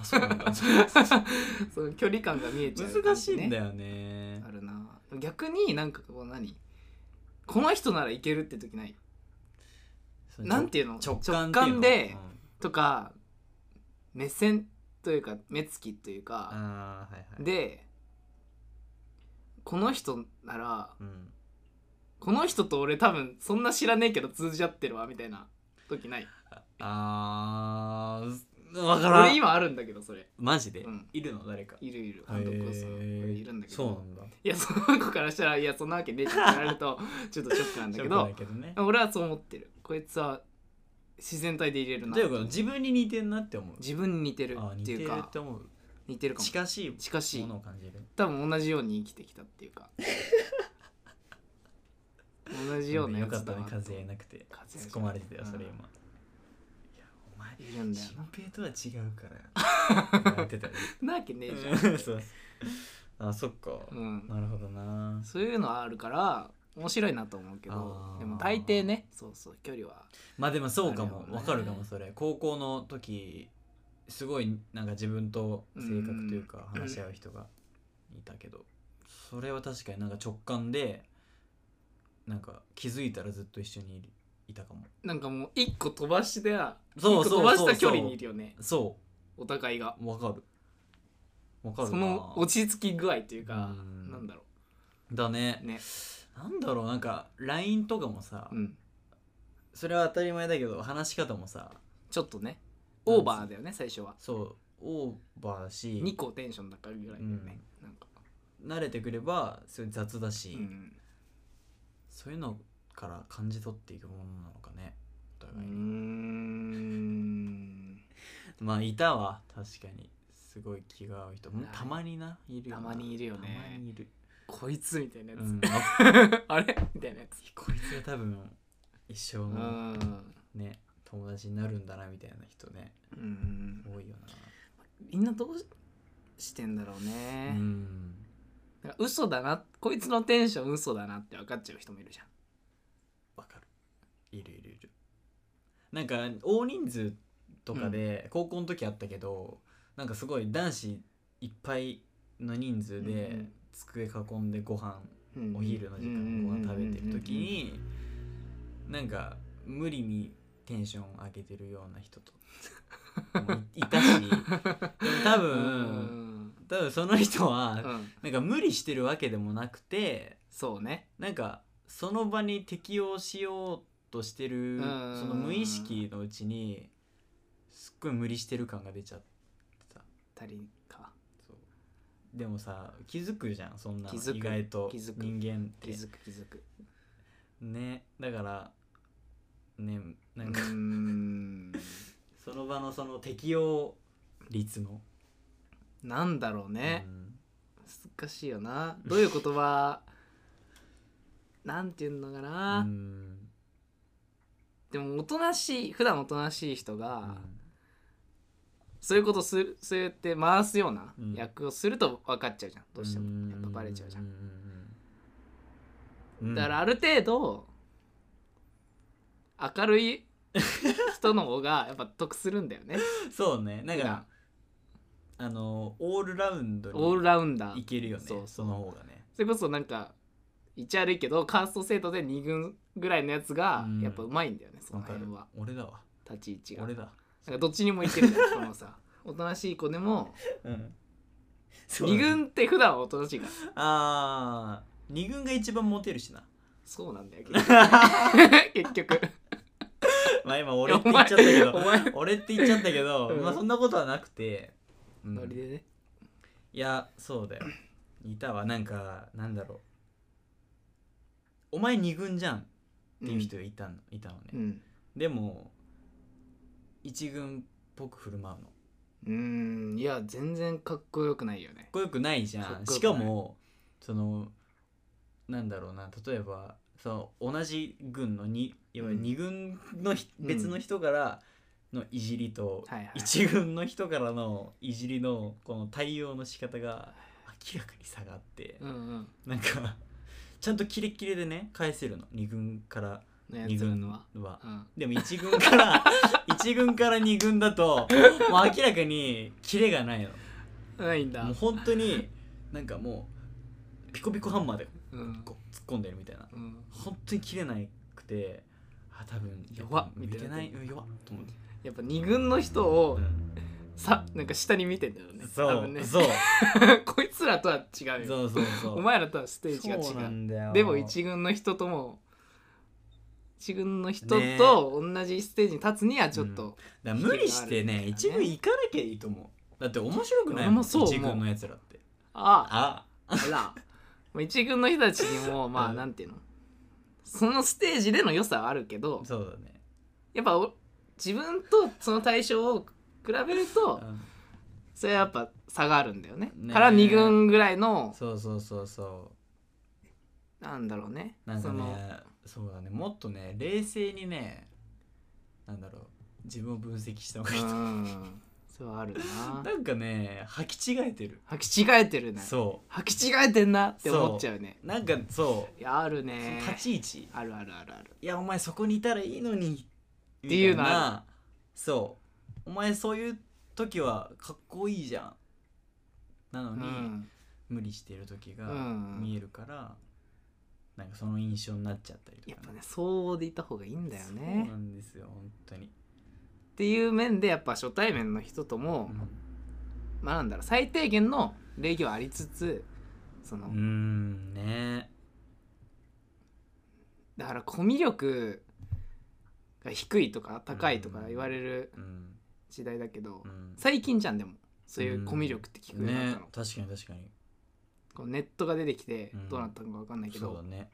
S2: あそうなんだ
S1: その距離感が見えちゃう感
S2: 難し
S1: じ
S2: い
S1: ね、
S2: んだよね
S1: あるな逆になんかこう何この人ならいけるって時ない
S2: その
S1: なんていうの
S2: 直感っていうの
S1: で
S2: うん
S1: とか目線というか目つきというか、
S2: あーはいはい
S1: でこの人なら
S2: うん、
S1: この人と俺多分そんな知らねえけど通じ合ってるわみたいな時ない
S2: あー分から
S1: 俺
S2: ん
S1: 今あるんだけどそれ
S2: マジで、
S1: うん
S2: いるの誰か
S1: いるいる
S2: へ
S1: 監督はその
S2: ー
S1: 俺いるんだけど
S2: そうなんだ
S1: いやその子からしたらいやそんなわけねえじゃんって言われると ちょっとショックなんだけ
S2: ショッ
S1: ど
S2: クけどね
S1: 俺はそう思ってるこいつは自然体で入れるな
S2: どういうこと自分に似てんなって思う
S1: 自分に似てる
S2: あ
S1: っ
S2: 似
S1: て
S2: て
S1: い
S2: る
S1: うか
S2: って思う
S1: 似てるかも
S2: 近しい
S1: 近しい
S2: ものを感じる
S1: 多分同じように生きてきたっていうか同じような
S2: よ
S1: や
S2: かっ
S1: つ
S2: た
S1: だな
S2: ね
S1: と
S2: 風邪なくて
S1: 和也じゃ
S2: 突
S1: ない
S2: っ込まれてたよ
S1: うん
S2: それ今いやお前
S1: いるんだよ
S2: 新平とは違うからやって たよ
S1: ななわけねえじゃん
S2: ね そうあそっか
S1: うん
S2: なるほどな
S1: そういうのはあるから面白いなと思うけ
S2: あ
S1: ど
S2: ー
S1: でも大抵ねそうそう距離は
S2: まあでもそうか
S1: なる
S2: も
S1: ほどね
S2: わかるかもそれ高校の時すごいなんか自分と性格というか
S1: うん
S2: 話し合う人がいたけどそれは確かになんか直感でなんか気づいたらずっと一緒にいるいたかも
S1: なんかもう一個飛ばして
S2: そう
S1: 一個
S2: そう
S1: 飛ばし
S2: そ
S1: た
S2: う
S1: 距離にいるよね
S2: そ
S1: お互いが
S2: うわかるわかるな
S1: その落ち着き具合っていうか
S2: うん
S1: なんだろ
S2: だね
S1: うね
S2: なんだろうなんか LINE とかもさ、
S1: うん
S2: それは当たり前だけど話し方もさ
S1: ちょっとねオーバーだよね最初は
S2: そうオーバーだし
S1: 2個テンション高いぐらいだよねなんか
S2: 慣れてくればすごい雑だ
S1: う
S2: し、
S1: ん
S2: そういうのから感じ取っていくものなのかねお
S1: うー
S2: 互いに、
S1: ん
S2: まあいたわ確かにすごい気が合う人
S1: はい
S2: たまにないるよな
S1: たまにいるよね
S2: たまにいる、
S1: こいつみたいなやつ、
S2: うん
S1: あれみたいなやつ
S2: こいつは多分一生
S1: う
S2: の
S1: ん
S2: ね友達になるんだなみたいな人ね
S1: うん
S2: 多いよな
S1: みんなどうししてんだろう
S2: う
S1: ね、
S2: ん
S1: なんか嘘だなこいつのテンション嘘だなって分かっちゃう人もいるじゃん
S2: わかるいるいるいるなんか大人数とかで高校の時あったけど、なんかすごい男子いっぱいの人数
S1: うんう
S2: で
S1: ん
S2: 机囲んでご飯
S1: うん
S2: お昼の時間ご飯食べてる時になんか無理にテンション上げてるような人ともういいたしでも多
S1: うんうんう
S2: 分
S1: ん
S2: 多分その人
S1: う
S2: は
S1: ん
S2: なんか無理してるわけでもなくて
S1: そうね
S2: なんかその場に適応しようとしてる
S1: うん
S2: その無意識のうちにすっごい無理してる感が出ちゃってた
S1: 足りんか
S2: そうでもさ気づくじゃんそんなの
S1: 気づく
S2: 意外と
S1: 気づく
S2: 人間っ
S1: 気
S2: て
S1: づく気づく
S2: ねだからね
S1: う
S2: なんか
S1: ーん
S2: その場のその適応率の
S1: なんだろうね、
S2: うん
S1: 難しいよなどういう言葉なんていうのかな、
S2: うん
S1: でもおとなしい普段おとなしい人が、
S2: うん
S1: そういうことするそうやって回すような
S2: うん
S1: 役をすると分かっちゃうじゃんどうして
S2: ん
S1: もやっぱバレちゃうじゃん
S2: うん
S1: だからある程度明る い人の方がやっぱ得するんだよね
S2: そうねなんかあのオールラウンド
S1: オール
S2: に
S1: ラウンダー
S2: いけるよね
S1: そう
S2: その方がね
S1: それこそなんか言っちゃ悪いけどカースト制度で2軍ぐらいのやつが
S2: うん
S1: やっぱうまいんだよね、そ
S2: わ
S1: の
S2: かる
S1: 辺は
S2: 俺だわ
S1: 立ち位置が
S2: 俺だ
S1: なんかどっちにもいけるじゃんこの さおとなしい子でも
S2: うん
S1: 2軍って普段はおとなしいから
S2: あー二軍が一番モテるしな
S1: そうなんだよ結局結 局
S2: まあ今俺って言っちゃったけ
S1: お
S2: ど
S1: 前お前
S2: 俺って言っちゃったけど、
S1: うん
S2: まあそんなことはなくて、うん
S1: ノリでね
S2: いやそうだよいたわなんかなんだろうお前二軍じゃんっていう人がいたの,、いたのね、
S1: うん
S2: でも一軍っぽく振る舞うのか
S1: うんいや全然かっこよくないよね
S2: っこよくないじ
S1: かっ
S2: ゃん
S1: こよ
S2: し
S1: くな
S2: か
S1: い
S2: もそのなんだろうな例えばその同じ軍のにいわ
S1: う
S2: ゆる
S1: ん
S2: 二軍のひ、
S1: うん
S2: 別の人からのいじりと、
S1: はいはい
S2: 一軍の人からのいじりのこの対応の仕方が明らかに差があって、
S1: うんうん
S2: なんかちゃんとキレッキレでね返せるの二軍から
S1: のや
S2: 二
S1: つら
S2: 軍
S1: の
S2: は
S1: は。うん
S2: でも1軍から 一軍から2軍だともう明らかにキレがないの
S1: ないんだ
S2: もう本当になんかもうピコピコハンマーで
S1: うん
S2: こう突っ込んでるみたいな
S1: うん
S2: 本当に切れなくてあ多分
S1: 弱っ
S2: 見てない
S1: み
S2: うん弱っと思って、
S1: やっぱ二軍の人を
S2: うん
S1: さなんか下に見てんだよね
S2: そ
S1: 多
S2: う、
S1: 分ね
S2: そう
S1: こいつらとは違うよ
S2: そうそうそう
S1: お前らとはステージが
S2: そうな
S1: 違うん
S2: だよ
S1: でも一軍の人とも一軍の人と同じステージに立つにはちょっと、
S2: だから無理してね
S1: キ
S2: 一
S1: レがあ
S2: 軍
S1: る
S2: 行かなきゃいいと思うだって面白くない
S1: 俺もそう思う
S2: 一軍のやつらって
S1: あ
S2: あ
S1: ああらもう一軍の人たちにもま
S2: う
S1: あ
S2: ん
S1: なんていうのそのステージでの良さはあるけど
S2: そうだね、
S1: やっぱお自分とその対象を比べると、
S2: うん
S1: それはやっぱ差があるんだよね
S2: ねえ
S1: から2軍ぐらいの
S2: そうそうそうそう
S1: なんだろうね
S2: なんか
S1: その
S2: ねそうだねもっとね冷静にねなんだろう自分を分析した方がいいと思
S1: うんそれはある
S2: う
S1: な
S2: なんかね履き違えてる
S1: 履き違えてるね
S2: そ
S1: 履き違えてんなって思っちゃうね
S2: うなんかそ
S1: いやある
S2: う、
S1: ね
S2: その立ち位置
S1: あるあるあるある
S2: いやお前そこにいたらいいのにって
S1: ていうのある
S2: そうお前そういう時はかっこいいじゃんなの
S1: う
S2: に、
S1: ん
S2: 無理してる時
S1: う
S2: が見
S1: ん
S2: えるから、なんかその印象になっちゃったりとか
S1: やっぱねそうでいた方がいいんだよ
S2: そう
S1: ね
S2: なんですよ本当に、
S1: っていう面でやっぱ初対面の人とも、まあなんだろう最低限の礼儀はありつつその、
S2: うーんね
S1: だからコミュ力が低いとか高いとか言われる
S2: うん
S1: 時代だけど、
S2: うん
S1: 最近じゃんでもそういうコミュ力って聞くようになっ
S2: ね
S1: たの、
S2: 確かに確かに
S1: こうネットが出てきて
S2: うん
S1: どうなったのか分かんないけ
S2: そ
S1: ど
S2: うだ、ね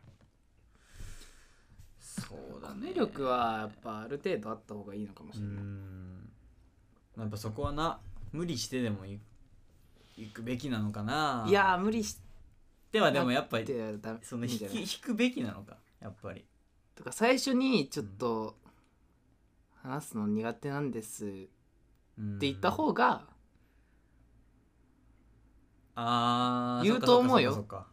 S2: そうだ
S1: コ
S2: ね
S1: ミュ力はやっぱある程度あった方がいいのかも
S2: う
S1: し
S2: ー
S1: れない、
S2: んやっぱそこはな無理してでもい行くべきなのかない
S1: いやー無理し
S2: ではでもやっぱり
S1: てはダメ
S2: その
S1: いいん
S2: 引
S1: じゃ
S2: き
S1: ない
S2: 引くべきなのかやっぱり
S1: とか最初にちょっと話すの苦手なんですって
S2: って
S1: 言った方が
S2: あー
S1: 言うと思うよ
S2: そっか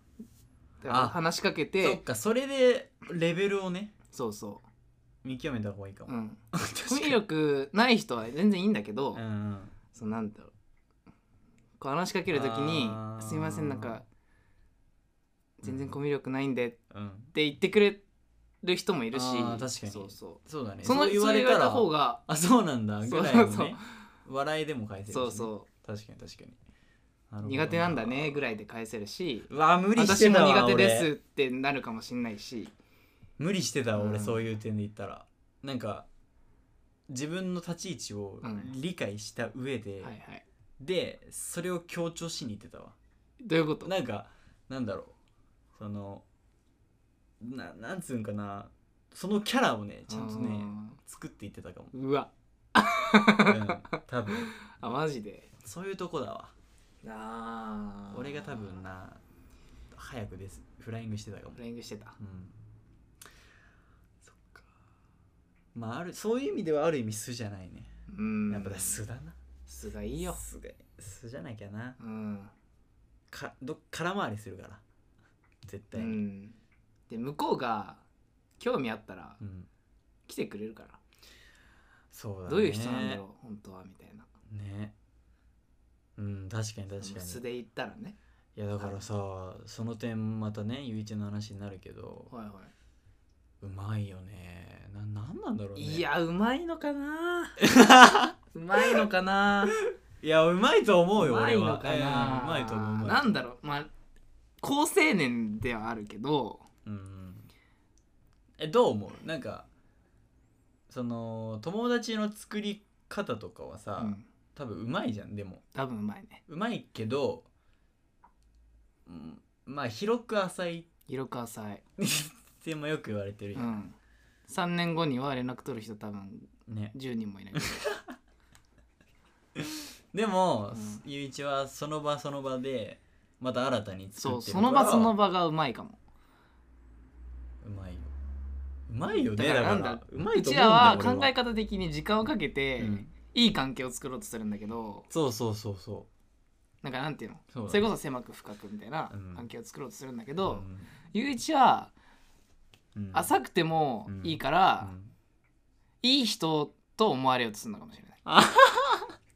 S1: だから
S2: あ
S1: 話しかけ
S2: そっかそっかそってかそれでレベルをね
S1: そうそ
S2: 見極めた方がいいか
S1: う、
S2: も、
S1: うん、
S2: 確か
S1: コミュ
S2: に
S1: 力ない人は全然いいんだけど、
S2: うんうん
S1: そのなんだろうこう話しかけるときに
S2: あ
S1: 「
S2: ー
S1: すいませんなんか全然
S2: うん
S1: コミュ力ないんで」っ
S2: うん
S1: て言ってくれる人もいるし
S2: あー確かに
S1: そうそう
S2: そうだね
S1: その
S2: う
S1: 言われた方が
S2: あそうなんだ
S1: そう
S2: ぐらいの
S1: そう
S2: ね笑いでも返せるしね
S1: そうそ
S2: 確かに確かになる
S1: う
S2: ほど
S1: 苦手なんだねぐらいで返せるし
S2: うわ無理し
S1: 私
S2: て
S1: も
S2: たわ
S1: 苦手です
S2: 俺
S1: ってなるかもしんないし
S2: 無理してたわ俺、
S1: うん
S2: そういう点で言ったらなんか自分の立ち位置を
S1: うん
S2: 理解した上で、
S1: はいはい
S2: でそれを強調しに行ってたわ
S1: どういうこと
S2: なんかなんだろうそのななんつうんかなそのキャラをねちゃんとね作っていってたかも、
S1: うわ
S2: うん、多分
S1: あマジで
S2: そういうとこだわ
S1: あ
S2: 俺が多分な早くですフライングしてたかも
S1: フライングしてた
S2: うんそっかまああるそういう意味ではある意味素じゃないね、
S1: うん
S2: やっぱだ素だな
S1: 素がいいよ
S2: 素が素じゃなきゃな
S1: うん
S2: かど空回りするから絶
S1: う
S2: 対に
S1: んで向こうが興味あったら
S2: うん、
S1: 来てくれるから、
S2: そうだね
S1: どういう人なんだろう本当はみたいな
S2: うねうん確かに確か
S1: 素
S2: に
S1: で言ったらね
S2: いやだからさその点またねゆういちの話になるけど
S1: はいは
S2: うまいよねななんなんだろう
S1: い、
S2: ね
S1: いやうまいのか なうまいのかない
S2: やうまいと思う
S1: う
S2: よ
S1: ま
S2: 俺
S1: い
S2: は
S1: のかな、
S2: うんうまいと思ううまい
S1: なんだろうまあ好青年ではあるけど
S2: うんえどう思うなんかその友達の作り方とかはさ、
S1: うん
S2: 多分うまいじゃんでも
S1: 多分うまいね
S2: うまいけど、うん、まあ広く浅いっ
S1: 色川さい、
S2: てもよく言われてる
S1: う
S2: じゃん、
S1: ん、3年後には連絡取る人多分
S2: ね
S1: 10人もいないけど
S2: でも、
S1: うん
S2: ゆういちはその場その場でまた新たに
S1: そう
S2: 作 って
S1: その場その
S2: 場
S1: 場がうまいかも
S2: うまいようまいよねだ
S1: だか
S2: からら
S1: なんだ
S2: うま
S1: う
S2: いと
S1: ち
S2: 思
S1: らは
S2: うんだよ
S1: 考え方的に時間をかけて、
S2: 俺はうん
S1: いい関係を作ろうとするんだけど
S2: そうそうそうそ
S1: なんかなんていうの
S2: うそうだね
S1: それこそ狭く深くみたいな
S2: うん
S1: 関係を作ろうとするんだけ
S2: う
S1: ど、
S2: ん
S1: ゆういちは
S2: うん
S1: 浅くてもいいか
S2: う
S1: ら、
S2: ん
S1: いい人と思われようとするのかもしれない。
S2: あ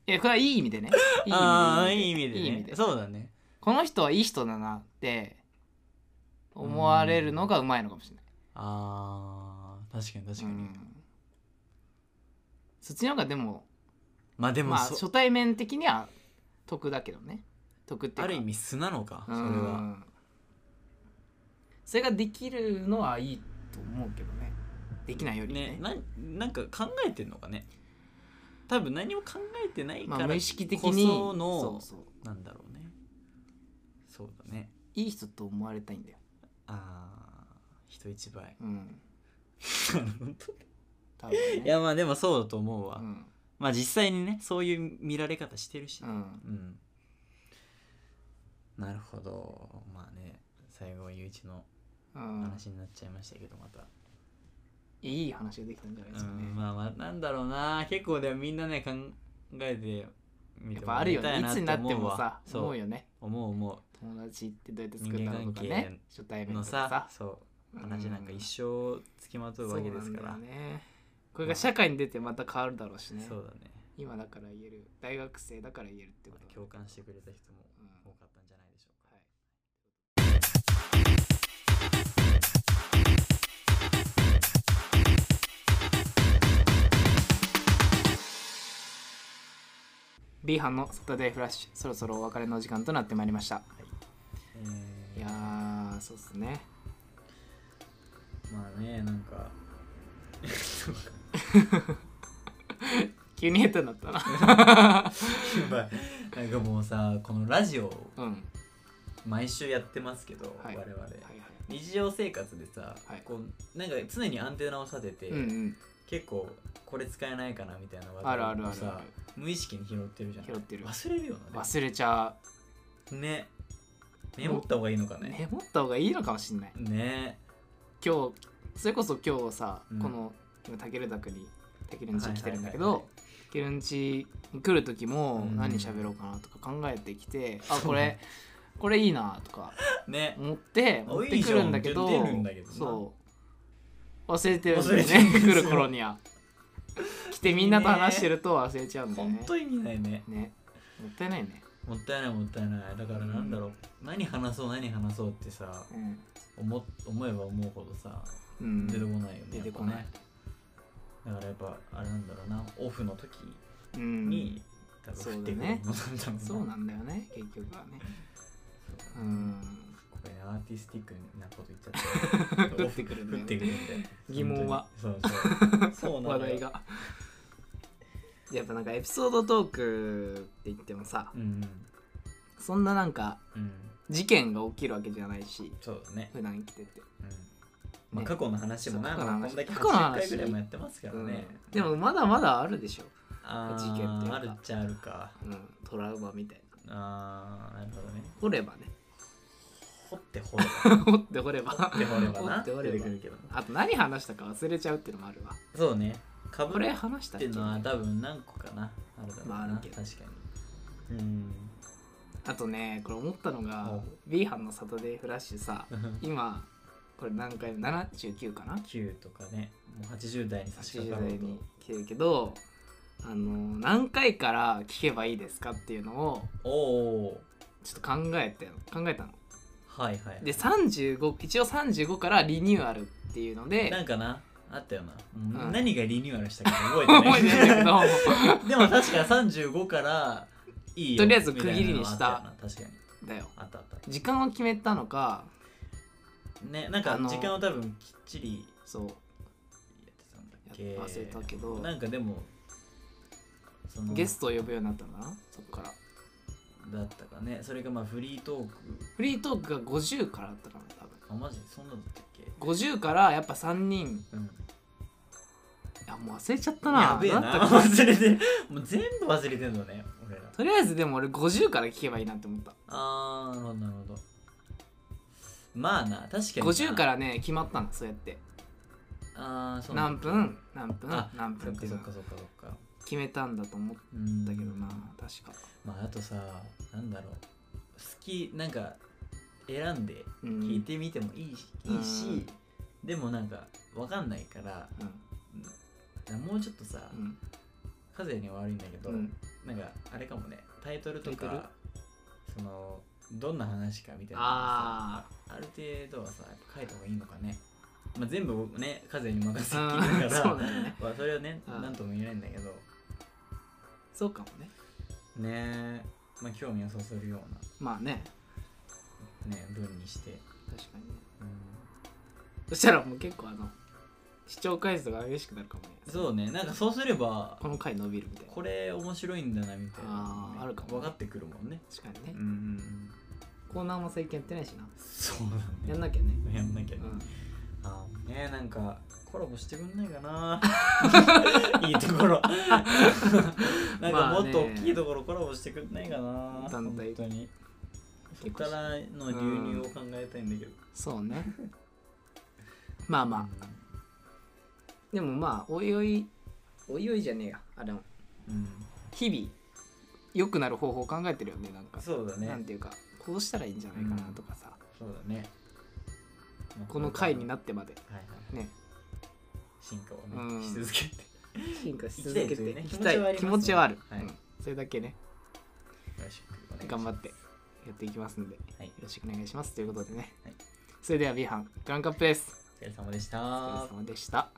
S1: いやこれはいい意味でね。い
S2: ああーいい意味でね
S1: いい意味で
S2: そうだね
S1: この人はいい人だなって思われるのがうまいのかもしれない。
S2: あー確かに確かに、
S1: うんそっちの方がでも
S2: まあでも、
S1: まあ
S2: そ
S1: 初対面的には得だけどね。得っていうか
S2: ある意味素なのかそれ
S1: うん
S2: は
S1: それができるのはいいと思うけどねできないよりね
S2: ねなんなんか考えてんのかね多分何も考えてない
S1: ま
S2: から
S1: あ、無意識的に
S2: こその
S1: そうそう
S2: なんだろうねそうだね
S1: いい人と思われたいんだよ
S2: あー人一倍
S1: うん
S2: 本当
S1: 多分ね
S2: いやまあでもそうだと思うわ、
S1: うん、
S2: まあ実際にねそういう見られ方してるし
S1: う、ん、
S2: うんなるほどまあね最後はゆういちの
S1: うん
S2: 話になっちゃいましたけどまた、
S1: いい話ができたんじゃないですかね、
S2: うんまあまあなんだろうな結構でもみんなね考えてみ
S1: やってぱ
S2: も
S1: あ
S2: ら
S1: る
S2: い
S1: よ
S2: た
S1: ね
S2: い
S1: い
S2: な
S1: つになってもさ
S2: そう
S1: 思うよね
S2: 思う思
S1: 友達ってどうやって作ったのとかね初対
S2: う
S1: 面
S2: の
S1: とかさ
S2: さそう話なんか一生つきまとうわけですから、
S1: そうなんだよねこれが社会に出てまた変わるだろうしね、
S2: そうだね
S1: 今だから言える大学生だから言えるってことだね
S2: 共感してくれた人も多かったんじゃないでしょうか
S1: はいリーハンのサタデーフラッシュそろそろお別れのお時間となってまいりました
S2: え
S1: い
S2: ー
S1: やーそうっすね
S2: まあねなんか
S1: 急に下手になった な
S2: なんかもうさこのラジオ
S1: うんはい
S2: 毎週やってますけど、
S1: はい
S2: 我々、
S1: はい
S2: 日常生活でさ、
S1: はい
S2: こうなんか常にアンテナを立てて、
S1: うんうん
S2: 結構これ使えないかなみたいな話題
S1: あるあるある
S2: を
S1: あ
S2: さ
S1: る
S2: 無意識に拾ってるじゃん
S1: 拾ってる
S2: 忘れるよな
S1: 忘れちゃ
S2: ねメモった方がいいのか
S1: う
S2: ね
S1: メモった方がいいのかもしんない
S2: ね
S1: 今日それこそ今日さ、
S2: うん
S1: この今たけるだくにたけるんち来てるんだけ
S2: はいはい
S1: どたけるんちに来る時も
S2: うん
S1: 何喋ろうかなとか考えてきて、あ
S2: そう
S1: これこれいいなとか
S2: ね
S1: 持って
S2: あ
S1: 持ってくるんだけど
S2: いいじゃん出るんだけどな
S1: そう忘れてるんだよ
S2: 忘れてるん
S1: ね
S2: ですよ
S1: 来る頃には来てみんなと話してると忘れちゃうんだよ
S2: 本
S1: ね
S2: 当意味ないね
S1: ねもったいないね、
S2: もったいないもったいないだからなんだろう、何話そう何話そうってさ
S1: うん
S2: 思思えば思うほどさ
S1: うん、
S2: 出てこないよね、
S1: 出てこない
S2: やっぱねだからやっぱあれなんだろうなオフの時
S1: うん
S2: に、多分振ってくるものなんだろうな
S1: そうなんだよね結局はねうん
S2: これアーティスティックなこと言っちゃった
S1: 降ってくるんだよね
S2: 降ってくるんだよ
S1: 疑問は
S2: 本当にそうそうそうな
S1: 話
S2: のよ
S1: 題がやっぱなんかエピソードトークって言ってもさ
S2: うんうん
S1: そんななんか
S2: うん
S1: 事件が起きるわけじゃないし
S2: そうだね、
S1: 普段生きてて、
S2: うんまあ、
S1: ね
S2: 過去の話もな、
S1: そう過去の
S2: まあ、
S1: 話
S2: こんだけ
S1: 過去の
S2: 80
S1: 話
S2: 回ぐらいもやってますから
S1: うん
S2: ね、
S1: でもまだまだあるでしょ、
S2: あー
S1: 事件っていうか
S2: あるっちゃあるか
S1: うん、トラウマみたいな
S2: あーなるほどね
S1: 掘ればね
S2: 掘って掘れば
S1: 掘って掘れば
S2: 掘って掘れば な
S1: 掘って掘れば
S2: 出てくるけど
S1: あと何話したか忘れちゃうっていうのもあるわ
S2: そうねかぶ
S1: こ
S2: れ
S1: れ
S2: っ
S1: 話したってけ
S2: いうのは多分何個かなあるだろうな、
S1: まああるけど
S2: 確かにうん
S1: あとねこれ思ったのが
S2: お
S1: B 班のサタデーフラッシュさ今これ何回目79かな
S2: 9とかねもう80代に差し
S1: 80
S2: 掛かろ
S1: 代
S2: うと
S1: に来てるけどあの何回から聞けばいいですかっていうのを
S2: おお
S1: ちょっと考えて考えたの
S2: はいはい
S1: で35一応35からリニューアルっていうので
S2: なんかなあったよな、
S1: うん
S2: 何がリニューア ルしたか覚えてな
S1: 思
S2: い
S1: い出ないんだけど
S2: でも確か35からいいよ
S1: とりあえず区切りにした
S2: みいなのはあったよな確かに
S1: だよ
S2: あったあっ
S1: 時間を決めたのか
S2: たねなんか
S1: あの
S2: 時間を多分きっちり
S1: そう
S2: やってたんだっけ
S1: や忘れたけど
S2: なんかでもその
S1: ゲストを呼ぶようになったのかなそこから
S2: だったかねそれがまあフリートーク
S1: フリートークが50からだったかな多分
S2: あマジそんなのだったっけ
S1: 50からやっぱ3人
S2: うん
S1: いやもう忘れちゃったな
S2: やべえな
S1: だったか
S2: 忘れてもう全部忘れてんのね俺ら
S1: とりあえずでも俺50から聞けばいいなって思った
S2: あーなるほどなるほどまあな確かにな
S1: 50からね決まったのそうやって
S2: あーそうなん
S1: 何
S2: だ
S1: 分何分
S2: あ
S1: 何分
S2: そっ
S1: ってい
S2: か
S1: う
S2: そ
S1: の
S2: っかそっかそっか
S1: 決めたんだと思っ
S2: うん
S1: たけどな確か
S2: まああとさなんだろう好きなんか選んで聞いてみてもいいし,、
S1: うん
S2: いいしでもなんかわかんないから
S1: うん
S2: もうちょっとさ、
S1: うん
S2: カズヤには悪いんだけど、
S1: うん
S2: なんかあれかもねタイトルと
S1: タイトル
S2: かそのどんな話かみたいなの
S1: あ
S2: さある程度はさやっぱ書いた方がいいのかね、まあ、全部僕ねカズヤに任せっき
S1: あー
S2: りだか
S1: そ
S2: ら
S1: うだよね
S2: まあそれをね
S1: うん
S2: なんとも言えないんだけど
S1: そうかもね
S2: ねまあ興味をそそるよ
S1: まあね
S2: うなね文にして、
S1: 確かにね
S2: うん
S1: そしたらもう結構あの視聴回数が激しくなるかもね
S2: そうねなんかそうすれば
S1: この回伸びるみたいな
S2: これ面白いんだなみたいなのね、
S1: あーあるかもね
S2: 分かってくるもんね
S1: 確かにね、
S2: うんうん
S1: コーナーも最近やってないしな
S2: そうだ
S1: やん
S2: ね
S1: なきゃね
S2: やんなきゃ
S1: う
S2: ね、
S1: ん
S2: あーねなんかコラボしてくんないか ないいところなんかもっと大きいところコラボしてくんないかな、
S1: 団体
S2: 本当にそ
S1: 結
S2: っ
S1: 構
S2: からの流入を考えたいんだけど、
S1: そう ねまあまあ
S2: あ
S1: でもまあおいおいおいおいじゃねえやあれも
S2: うん、
S1: 日々良くなる方法を考えてるよねなんか、
S2: そうだね
S1: なんていうかこうしたらいいんじゃないかなとかさ、
S2: そうだね
S1: この回にな
S2: っ
S1: ってまで
S2: はいはいはい
S1: ね
S2: 進化をね、
S1: うん
S2: し続けて
S1: 進化し続けて
S2: 行
S1: い
S2: き
S1: き
S2: た
S1: たい,、
S2: いというね
S1: 気持ちはある、
S2: はい
S1: うんそれだけね
S2: よろしくお願いします
S1: 頑張ってやっていきますんでよ
S2: はい、
S1: ろしくお願いしますということでね、
S2: はい
S1: それでは B 班クランクアップです
S2: お疲れ様でした。
S1: お疲れ様でした